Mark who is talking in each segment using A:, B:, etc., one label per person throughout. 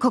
A: こ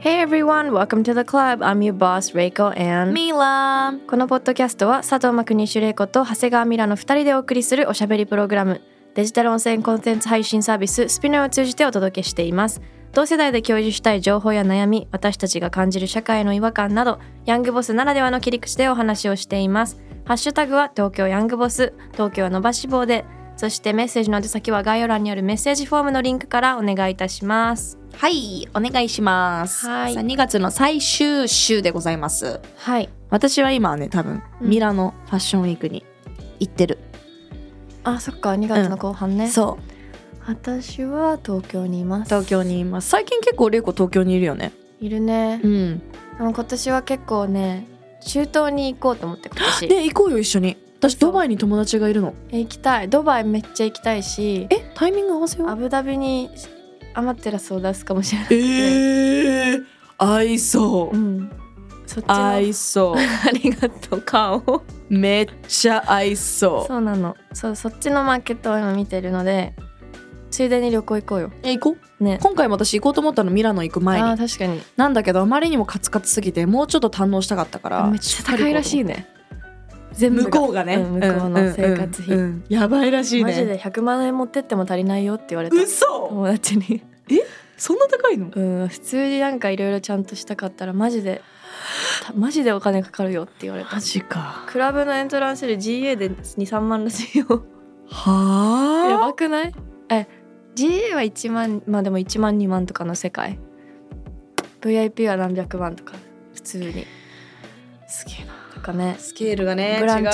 B: Hey everyone, welcome to the club. I'm your boss, Reiko and
C: ミラー
B: このポッドキャストは佐藤真国主玲子と長谷川ミラの2人でお送りするおしゃべりプログラムデジタル音声コンテンツ配信サービススピナーを通じてお届けしています同世代で共有したい情報や悩み私たちが感じる社会の違和感などヤングボスならではの切り口でお話をしていますハッシュタグは東京ヤングボス東京は伸ばし棒でそしてメッセージの宛先は概要欄にあるメッセージフォームのリンクからお願いいたします
C: はいお願いします
B: はい
C: さあ2月の最終週でございます
B: はい
C: 私は今ね多分、
B: うん
C: ミラノファッションウィークに行ってる、
B: あそっか2月の後半ね、
C: そう
B: 私は東京にいます
C: 東京にいます最近結構玲子東京にいるよね
B: いるね
C: うん
B: でも今年は結構ね中東に行こうと思って今年
C: で行こうよ一緒に私
B: そう
C: ドバイに友達がいるの
B: え行きたいドバイめっちゃ行きたいし
C: えタイミング合わせよ
B: ア
C: う
B: ブダビにアテラスを出すかもしれない、、
C: えー、合いそううん
B: そっちのあ
C: 合いそう
B: りがとう顔
C: めっちゃ合いそう
B: そうなのそうそっちのマーケットを今見てるのでついでに旅行行こうよ
C: え行こう
B: ね
C: 今回も私行こうと思ったのミラノ行く前
B: あ
C: に
B: ー確かに
C: なんだけどあまりにもカツカツすぎてもうちょっと堪能したかったから
B: めっちゃ高いらしいね全部
C: 向
B: が
C: こうがね、
B: うん向こうの生活費
C: うんうんうんやばいらしい
B: マ
C: ね
B: ジで100万円持ってっても足りないよって言われた
C: 嘘
B: 友達に
C: そんな高いの
B: うん普通になんかいろいろちゃんとしたかったらマジでたマジでお金かかるよって言われた
C: マジか
B: クラブのエントランスで GA で23万らしいよや
C: はあ
B: ばくないえ GA は1万まあでも1万2万とかの世界 VIP は何百万とか普通に
C: すげえな
B: とかね
C: スケールがね
B: ブランチ
C: 違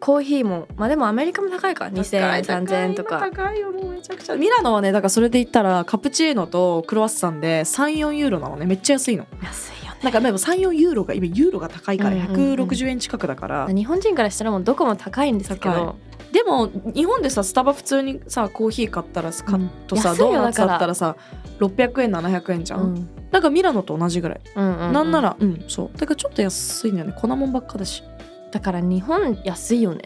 B: コーヒーもまあでもアメリカも高いから
C: う
B: 2000円3000円とか
C: 高いよもうめちゃくちゃミラノはねだからそれで言ったらカプチーノとクロワッサンで34ユーロなのねめっちゃ安いの
B: 安いよね
C: なんかでも34ユーロが今ユーロが高いから
B: うんうんうん
C: 160円近くだから、
B: 日本人からしたらもうどこも高いんですけど
C: でも日本でさスタバ普通にさコーヒー買ったらさカットさ、
B: 安い
C: ド
B: よ
C: ーナツだ
B: だ
C: っ
B: から
C: たらさ600円700円じゃん、
B: うん
C: なんかミラノと同じぐらい、
B: うんうう
C: なんならうんそうだからちょっと安いんだよね粉もんばっかだし
B: だから日本安いよね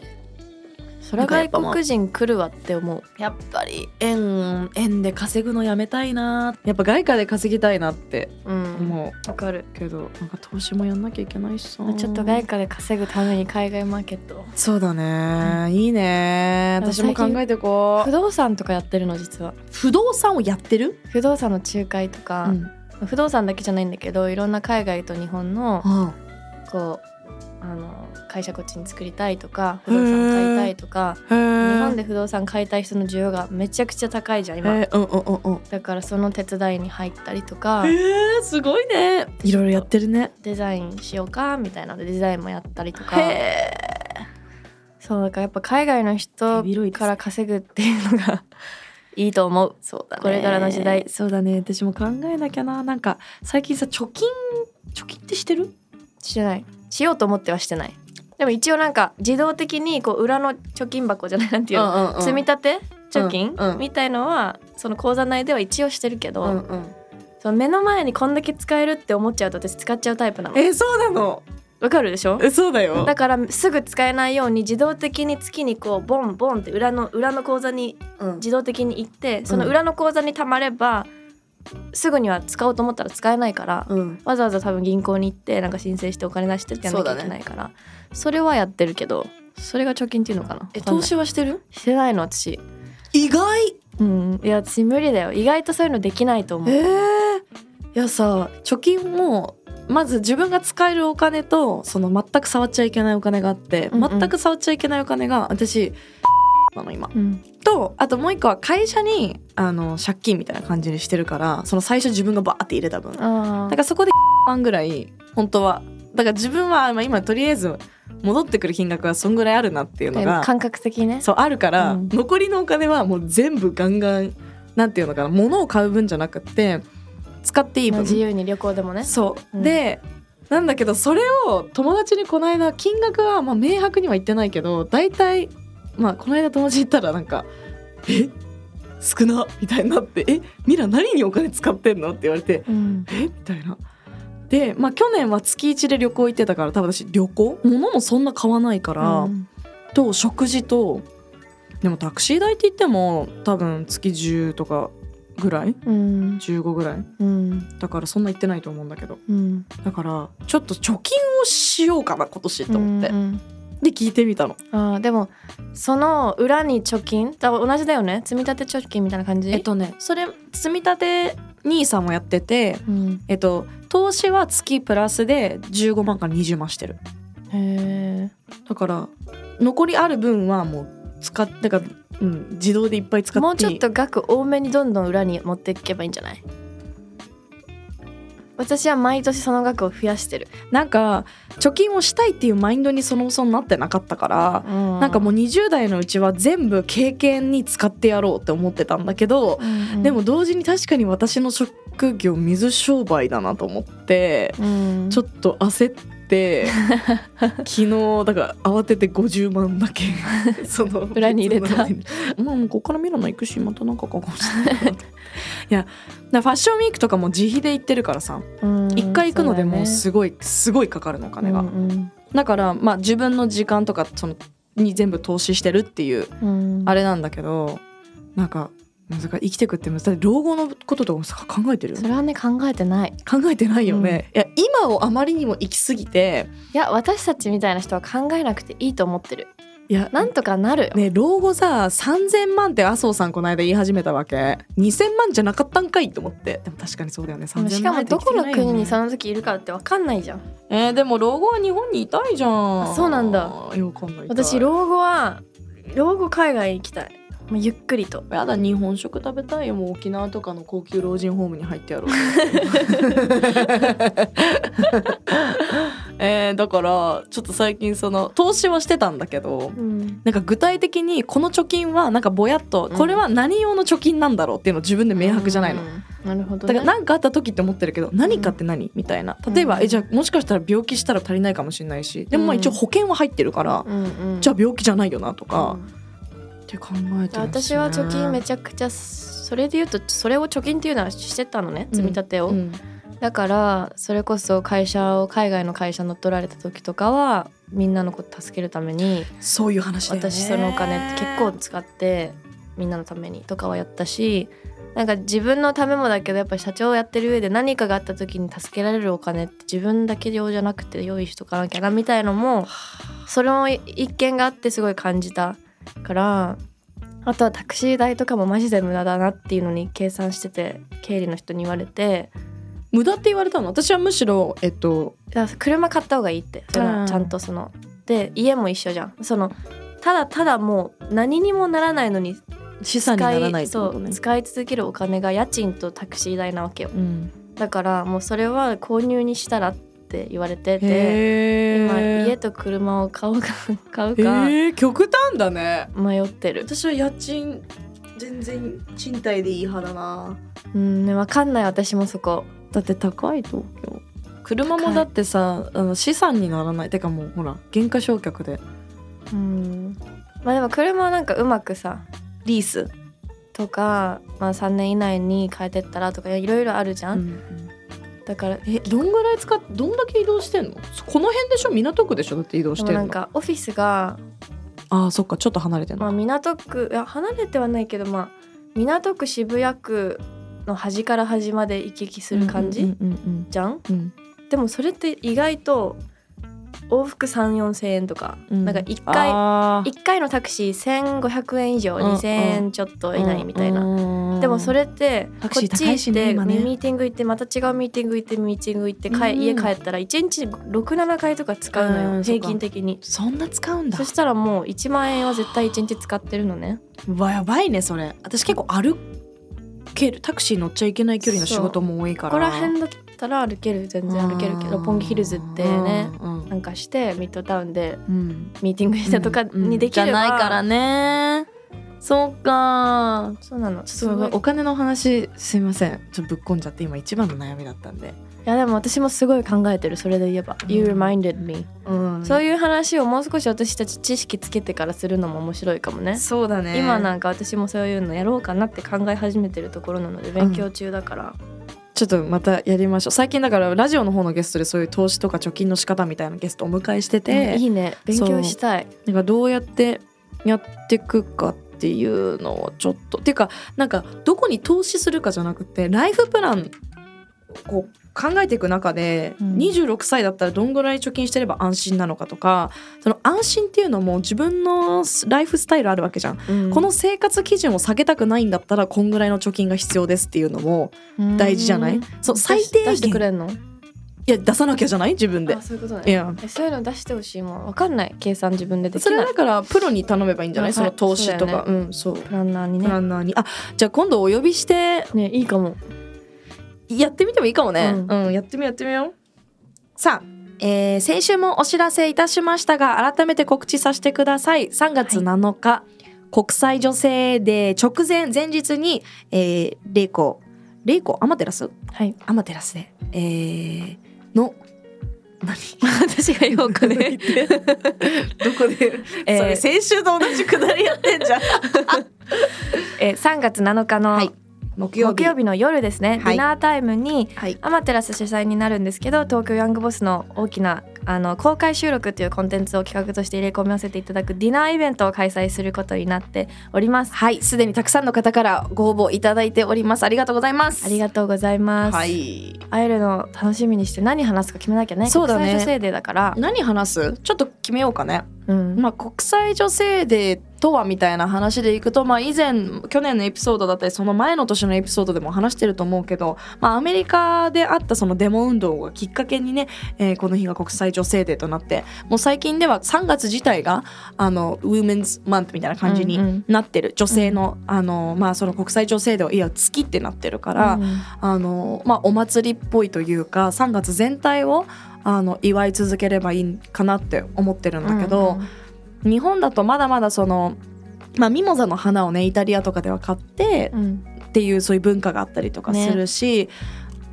B: そ
C: り
B: れ
C: ゃ
B: 外国人来るわって思う
C: やっぱり円円で稼ぐのやめたいなやっぱ外貨で稼ぎたいなって
B: うん
C: 思
B: わかる
C: うけどなんか投資もやんなきゃいけないしさ
B: ちょっと外貨で稼ぐために海外マーケット
C: そうだね、いいね私も考えてこ
B: 不
C: う
B: 動産とかやってるの実は
C: 不動産をやってる、
B: 不動産の仲介とか、
C: うん
B: 不動産だけじゃないんだけどいろんな海外と日本の
C: あ
B: こうあの会社こっちに作りたいとか不動産買いたいとか
C: あへ
B: 日
C: え
B: 本で不動産買いたい人の需要がめちゃくちゃ高いじゃん今、
C: えー、うんうんうんうん
B: だからその手伝いに入ったりとか
C: えー、すごいねいろいろやってるね
B: デザインしようかみたいなのでデザインもやったりとか
C: へ
B: そうだからやっぱ海外の人
C: 広い
B: から稼ぐっていうのがいいと思う
C: そうだね
B: これからの時代
C: そうだね私も考えなきゃななんか最近さ貯金貯金ってしてる
B: してないしようと思ってはしてないでも一応なんか自動的にこう裏の貯金箱じゃないなんていうの、
C: ん
B: 積み立て貯金、
C: うんうん
B: みたいのはその口座内では一応してるけど、
C: うんうん
B: その目の前にこんだけ使えるって思っちゃうと私使っちゃうタイプなの
C: えそうなの
B: わかるでしょ
C: えそうだよ
B: だからすぐ使えないように自動的に月にこうボンボンって裏の裏の口座に
C: うん
B: 自動的に行ってその裏の口座に貯まれば、すぐには使おうと思ったら使えないから、
C: うん
B: わざわざ多分銀行に行ってなんか申請してお金出してってやんなきゃいけないからそ,、れはやってるけどそれが貯金っていうのかな
C: え
B: わかんない
C: 投資はしてる
B: してないの私
C: 意外
B: うんいや私無理だよ意外とそういうのできないと思う
C: えー、いやさ貯金もまず自分が使えるお金とその全く触っちゃいけないお金があって、
B: うんうん
C: 全く触っちゃいけないお金が私 なの今
B: うん
C: とあともう一個は会社にあの借金みたいな感じにしてるからその最初自分がバーって入れた分だか
B: あ
C: らそこで 万ぐらい本当はだから自分はまあ今とりあえず戻ってくる金額はそんぐらいあるなっていうの
B: あ
C: が
B: 感覚的にね
C: そうあるから、
B: うん
C: 残りのお金はもう全部ガンガンなんていうのかな物を買う分じゃなくって使っていい
B: まあ
C: 分
B: 自由に旅行でもね
C: そう、
B: うん
C: でなんだけどそれを友達にこの間金額はまあ明白には言ってないけど大体まあこの間友達行ったらなんか「え少な」みたいになって「えミラ何にお金使ってんの?」って言われて
B: うん
C: 「えみたいな。でまあ去年は月1で旅行行ってたから多分私旅行物もそんな買わないから、
B: うん
C: と食事とでもタクシー代って言っても多分月10とかぐらい
B: うん
C: 15ぐらい
B: うん
C: だからそんな行ってないと思うんだけど
B: うん
C: だからちょっと貯金をしようかな今年と思って、
B: うん
C: で聞いてみたの
B: あーでもその裏に貯金だ同じだよね積み立て貯金みたいな感じ
C: えっとねそれ積み立て兄さんもやってて
B: うん
C: えっと投資は月プラスで15万から20万してる
B: へえ
C: だから残りある分はもう使ってだから、うん、自動でいっぱい使っていい
B: もうちょっと額多めにどんどん裏に持っていけばいいんじゃない私は毎年その額を増やしてる、
C: なんか貯金をしたいっていうマインドにそもそもなってなかったから、なんかもう20代のうちは全部経験に使ってやろうって思ってたんだけど、
B: うん、うん
C: でも、同時に確かに私の職業水商売だなと思って、
B: うん、
C: ちょっと焦 って。昨日だから慌てて50万だ けその
B: 裏に入れた
C: 別の裏にまあもうここからミラノ行くしまたなんか買おうかもしれ ないいやだからファッションウィークとかも自費で行ってるからさ一回行くのでもうすごい、すごいかかるのお
B: お
C: 金が、だからまあ自分の時間とかそのに全部投資してるっていうあ
B: れ
C: れなんだけどなんか難しい生きてくって難しい老後のこととかもさ考えてる
B: それはね考えてない
C: 考えてないよね、いや今をあまりにも行き過ぎて
B: いや私たちみたいな人は考えなくていいと思ってる
C: いや
B: なんとかなるよ、
C: ね老後さ3,000万って麻生さんこの間言い始めたわけ2,000万じゃなかったんかいと思ってでも確かにそうだよね
B: でもし
C: 3,000
B: かも
C: 万入って
B: ど
C: きて
B: こ
C: ないよ
B: の
C: ね
B: 国にその時いるかってわかんないじゃん
C: えーでも老後は日本にいたいじゃん
B: あそうなんだ
C: よく考えたら
B: 私老後は老後海外行きたいもうゆっくりと
C: やだ日本食食べたいよもう沖縄とかの高級老人ホームに入ってや ろうえーだからちょっと最近その投資はしてたんだけど
B: うん
C: なんか具体的にこの貯金はなんかぼやっと、
B: うん
C: これは何用の貯金なんだろうっていうのを自分で明白じゃないの、
B: うんなるほど、
C: だ
B: ね、
C: から何かあった時って思ってるけど何かって何、みたいな例えば、
B: うん
C: えじゃあもしかしたら病気したら足りないかもしれないしでもまあ
B: うん
C: 一応保険は入ってるから、
B: うんうん
C: じゃあ病気じゃないよなとか、
B: うん
C: って考えてます、ね、
B: 私は貯金めちゃくちゃそれで言うとそれを貯金っていうのはしてたのね積み立てを、
C: うん
B: だからそれこそ会社を海外の会社乗っ取られた時とかはみんなのこと助けるために
C: そういう話だよね
B: 私そのお金結構使ってみんなのためにとかはやったしなんか自分のためもだけどやっぱり社長をやってる上で何かがあった時に助けられるお金って自分だけ用じゃなくて用意しとかなきゃなみたいのもそれも一見があってすごい感じたからあとはタクシー代とかもマジで無駄だなっていうのに計算してて経理の人に言われて
C: 無駄って言われたの私はむしろえっと
B: だから車買った方がいいってそ
C: うん
B: のちゃんとそので家も一緒じゃんそのただただもう何にもならないのに
C: 資産にならないって
B: 使
C: こ
B: い
C: と
B: そう
C: ね
B: 使い続けるお金が家賃とタクシー代なわけよ
C: うん
B: だからもうそれは購入にしたらって言われてて
C: へ
B: 今
C: ー
B: 家と車を買うか 買う
C: へ
B: か
C: ー極端だね
B: 迷ってる、
C: 私は家賃全然賃貸でいい派だな
B: うんね分かんない私もそこ
C: だって高い東京車
B: 高
C: も
B: い
C: だってさあの資産にならないてかもうほら減価償却で
B: うんまあでも車はなんかうまくさ
C: リース、
B: とか、まあ、3年以内に変えてったらとかいろいろあるじゃん、だから
C: えどんぐらい使っどんだけ移動してんのそこの辺でしょ港区でしょだって移動
B: で
C: し
B: も
C: てん
B: な
C: の
B: んかオフィスが、
C: あーそっかちょっと離れてんの
B: ま
C: か、
B: あ、港区いや離れてはないけど、まあ、港区渋谷区の端から端まで行き来する感じ、
C: うんうんうん
B: じゃん
C: うん
B: でもそれって意外と往復3 4千円とか、
C: うん
B: なんか1回
C: あー
B: 一回のタクシー1500円以上
C: うんうん
B: 2000円ちょっと以内みたいな、
C: な
B: でもそれってこ
C: タ
B: っ
C: クシ
B: ち
C: ー高い
B: 行
C: し
B: っ
C: ね
B: て
C: 今ね
B: ミーティング行ってまた違うミーティング行ってミーティング行って帰
C: うん
B: 家帰ったら1日67回とか使うの
C: う
B: よ
C: んそっ
B: 平
C: か
B: 均的に
C: そんな使うんだ
B: そしたらもう1万円は絶対1日使ってるのね
C: うわやばいねそれ私結構歩けるタクシー乗っちゃいけない距離の仕事も多いか
B: こ
C: ら
B: こら辺だったら歩ける全然歩けるけど六本木ヒルズってね
C: うんうん
B: なんかしてミッドタウンで
C: うん
B: ミーティングしたとかにできれば、
C: じゃないからねそうか
B: そうなのす
C: そう
B: ごい
C: お金の話すいませんちょっとぶっこんじゃって今一番の悩みだったんで
B: いやでも私もすごい考えてるそれで言えば「You reminded me」
C: うん
B: そう
C: い
B: いう話をもう少し私たち知識つけてからするのも面白いかもね
C: そうだね
B: 今なんか私もそういうのやろうかなって考え始めてるところなので勉強中だから、
C: ちょっとまたやりましょう最近だからラジオの方のゲストでそういう投資とか貯金の仕方みたいなゲストお迎えしてて、
B: いいね勉
C: そう
B: 強したい
C: なんかどうやってやってくかっていうのをちょっとっていうかなんかどこに投資するかじゃなくてライフプランこう考えていく中で、
B: うん
C: 26歳だったらどんぐらい貯金してれば安心なのかとかその安心っていうのも自分のライフスタイルあるわけじゃん、この生活基準を下げたくないんだったらこんぐらいの貯金が必要ですっていうのも
B: の
C: 大事じゃない、そう最低
B: 出してく
C: 限
B: れんの
C: いや出さなきゃじゃない自分で
B: あそういうこと
C: い
B: ね
C: や
B: えそういうの出してほしいもんわかんない計算自分ででき
C: それ
B: な
C: はいだからプロに頼めばいいんじゃない
B: あ
C: その投資と
B: そ
C: か
B: う
C: う,、んそう
B: プランナーに
C: プ
B: ね
C: ランナーにあじゃあ今度お呼びして
B: ねいいかも
C: やってみてもいいかもねう、
B: うん
C: やってみようやってみようさあえー先週もお知らせいたしましたが改めて告知させてください3月7日、国際女性デー直前前日に、えー、レイコレイコアマテラス
B: はい
C: アマテラスで、えー、の何
B: 私がよくね
C: どこで、
B: えー
C: それ先週と同じくだりやってんじゃん
B: えー3月7日の
C: はい 木
B: 木曜日の夜ですね、
C: はい
B: ディナータイムに
C: はい
B: アマテラス主催になるんですけど東京ヤングボスの大きなあの公開収録というコンテンツを企画として入れ込ませていただくディナーイベントを開催することになっております
C: はい、すでにたくさんの方からご応募いただいております。ありがとうございます。
B: ありがとうございます、
C: い。
B: 会えるのを楽しみにして何話すか決めなきゃね
C: そうだね
B: 国際女性デーだから、
C: 何話す？ちょっと決めようかね。
B: うん、
C: まあ国際女性デーとはみたいな話でいくと、まあ以前去年のエピソードだったりその前の年のエピソードでも話してると思うけど、まあアメリカであったそのデモ運動がきっかけにね、えーこの日が国際女性デーとなって、もう最近では3月自体があのウーメンズマンスみたいな感じに。
B: うんうん
C: なってる女性の,、あのまあ、その国際女性デーをいや月ってなってるから、
B: うん
C: あのまあ、お祭りっぽいというか3月全体をあの祝い続ければいいかなって思ってるんだけど、
B: うん
C: 日本だとまだまだその、まあ、ミモザの花をねイタリアとかでは買って
B: うん
C: っていうそういう文化があったりとかするし、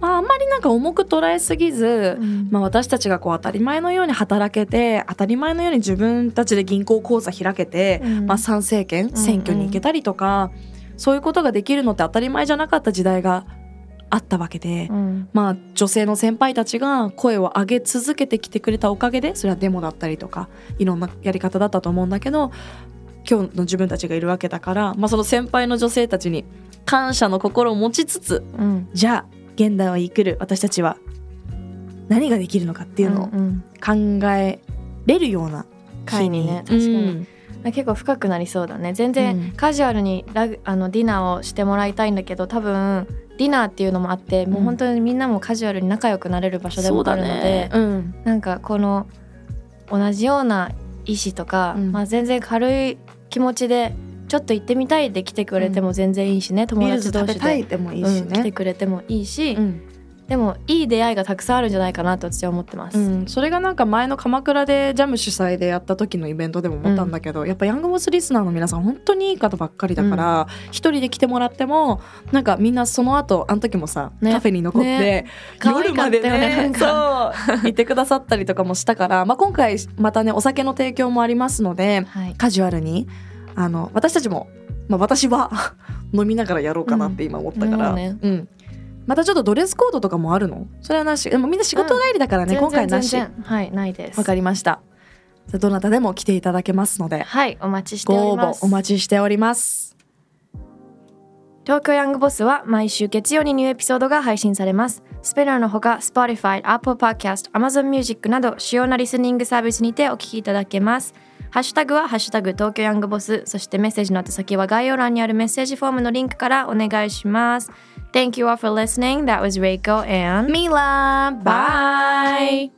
C: まあ、あんまりなんか重く捉えすぎず、
B: うん
C: まあ、私たちがこう当たり前のように働けて当たり前のように自分たちで銀行口座開けて、
B: うん
C: まあ、参政権選挙に行けたりとか、そういうことができるのって当たり前じゃなかった時代があったわけで、
B: うん
C: まあ、女性の先輩たちが声を上げ続けてきてくれたおかげでそれはデモだったりとかいろんなやり方だったと思うんだけど今日の自分たちがいるわけだから、まあ、その先輩の女性たちに感謝の心を持ちつつ
B: うん
C: じゃあ現代を生きる私たちは何ができるのかっていうのを
B: うんうん
C: 考えれるような
B: 会にね確
C: 日
B: かにあ結構深くなりそうだね全
C: うん
B: 然カジュアルにラグあのディナーをしてもらいたいんだけど多分ディナーっていうのもあって、もう本当にみんなもカジュアルに仲良くなれる場所で
C: そう
B: もあ
C: だ
B: るので、
C: ね。うん
B: なんかこの同じような意思とか、
C: うん
B: まあ、全然軽い気持ちでちょっと行ってみたいで来てくれても全然いいしね、友
C: ビールズ
B: 達同
C: 食べ
B: 士
C: たい
B: で。
C: でもいいし
B: うん来て
C: ね。
B: くれてもいいし、
C: うん
B: でもいい出会いがたくさんあるんじゃないかなと私は思ってます。
C: うん、それがなんか前の鎌倉でジャム主催でやった時のイベントでも思ったんだけど、やっぱヤングボスリスナーの皆さん本当にいい方ばっかりだから一、人で来てもらってもなんかみんなその後あの時もさ、
B: ね
C: カフェに残って、
B: ね可愛
C: 夜
B: か
C: ま
B: った
C: で
B: よねなん
C: ね
B: か
C: そういてくださったりとかもしたから、まあ、今回またねお酒の提供もありますので
B: はい、
C: カジュアルにあの私たちも、まあ、私は 飲みながらやろうかなって今思ったか
B: う
C: ら。うんん
B: ね
C: またちょっとドレスコードとかもあるのそれはなしでもみんな仕事帰りだからね、
B: 全然
C: 今回なし
B: 全然はいないです
C: わかりました。じゃあどなたでも来ていただけますので、
B: はい、お待ちして
C: ご
B: おり
C: 応
B: ま
C: 募
B: す。
C: お待ちしております。
B: 東京ヤングボスは毎週月曜にニューエピソードが配信されます。スペラーのほか Spotify、Apple Podcast、Amazon Music など主要なリスニングサービスにてお聞きいただけます。ハッシュタグはハッシュタグ東京ヤングボス、そしてメッセージの宛先は概要欄にあるメッセージフォームのリンクからお願いします。Thank you all for listening. That was Reiko and
C: ミラー
B: Bye!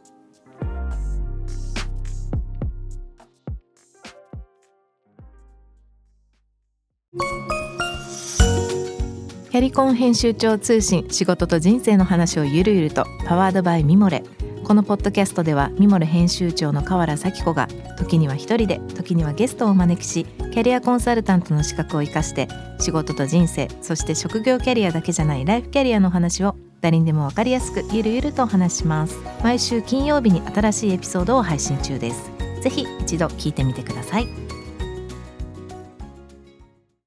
D: キャリコン編集長通信仕事と人生の話をゆるゆるとパワードバイミモレこのポッドキャストではミモレ編集長の河原咲子が時には一人で時にはゲストをお招きしキャリアコンサルタントの資格を生かして仕事と人生そして職業キャリアだけじゃないライフキャリアの話を誰にでもわかりやすくゆるゆるとお話しします毎週金曜日に新しいエピソードを配信中ですぜひ一度聞いてみてください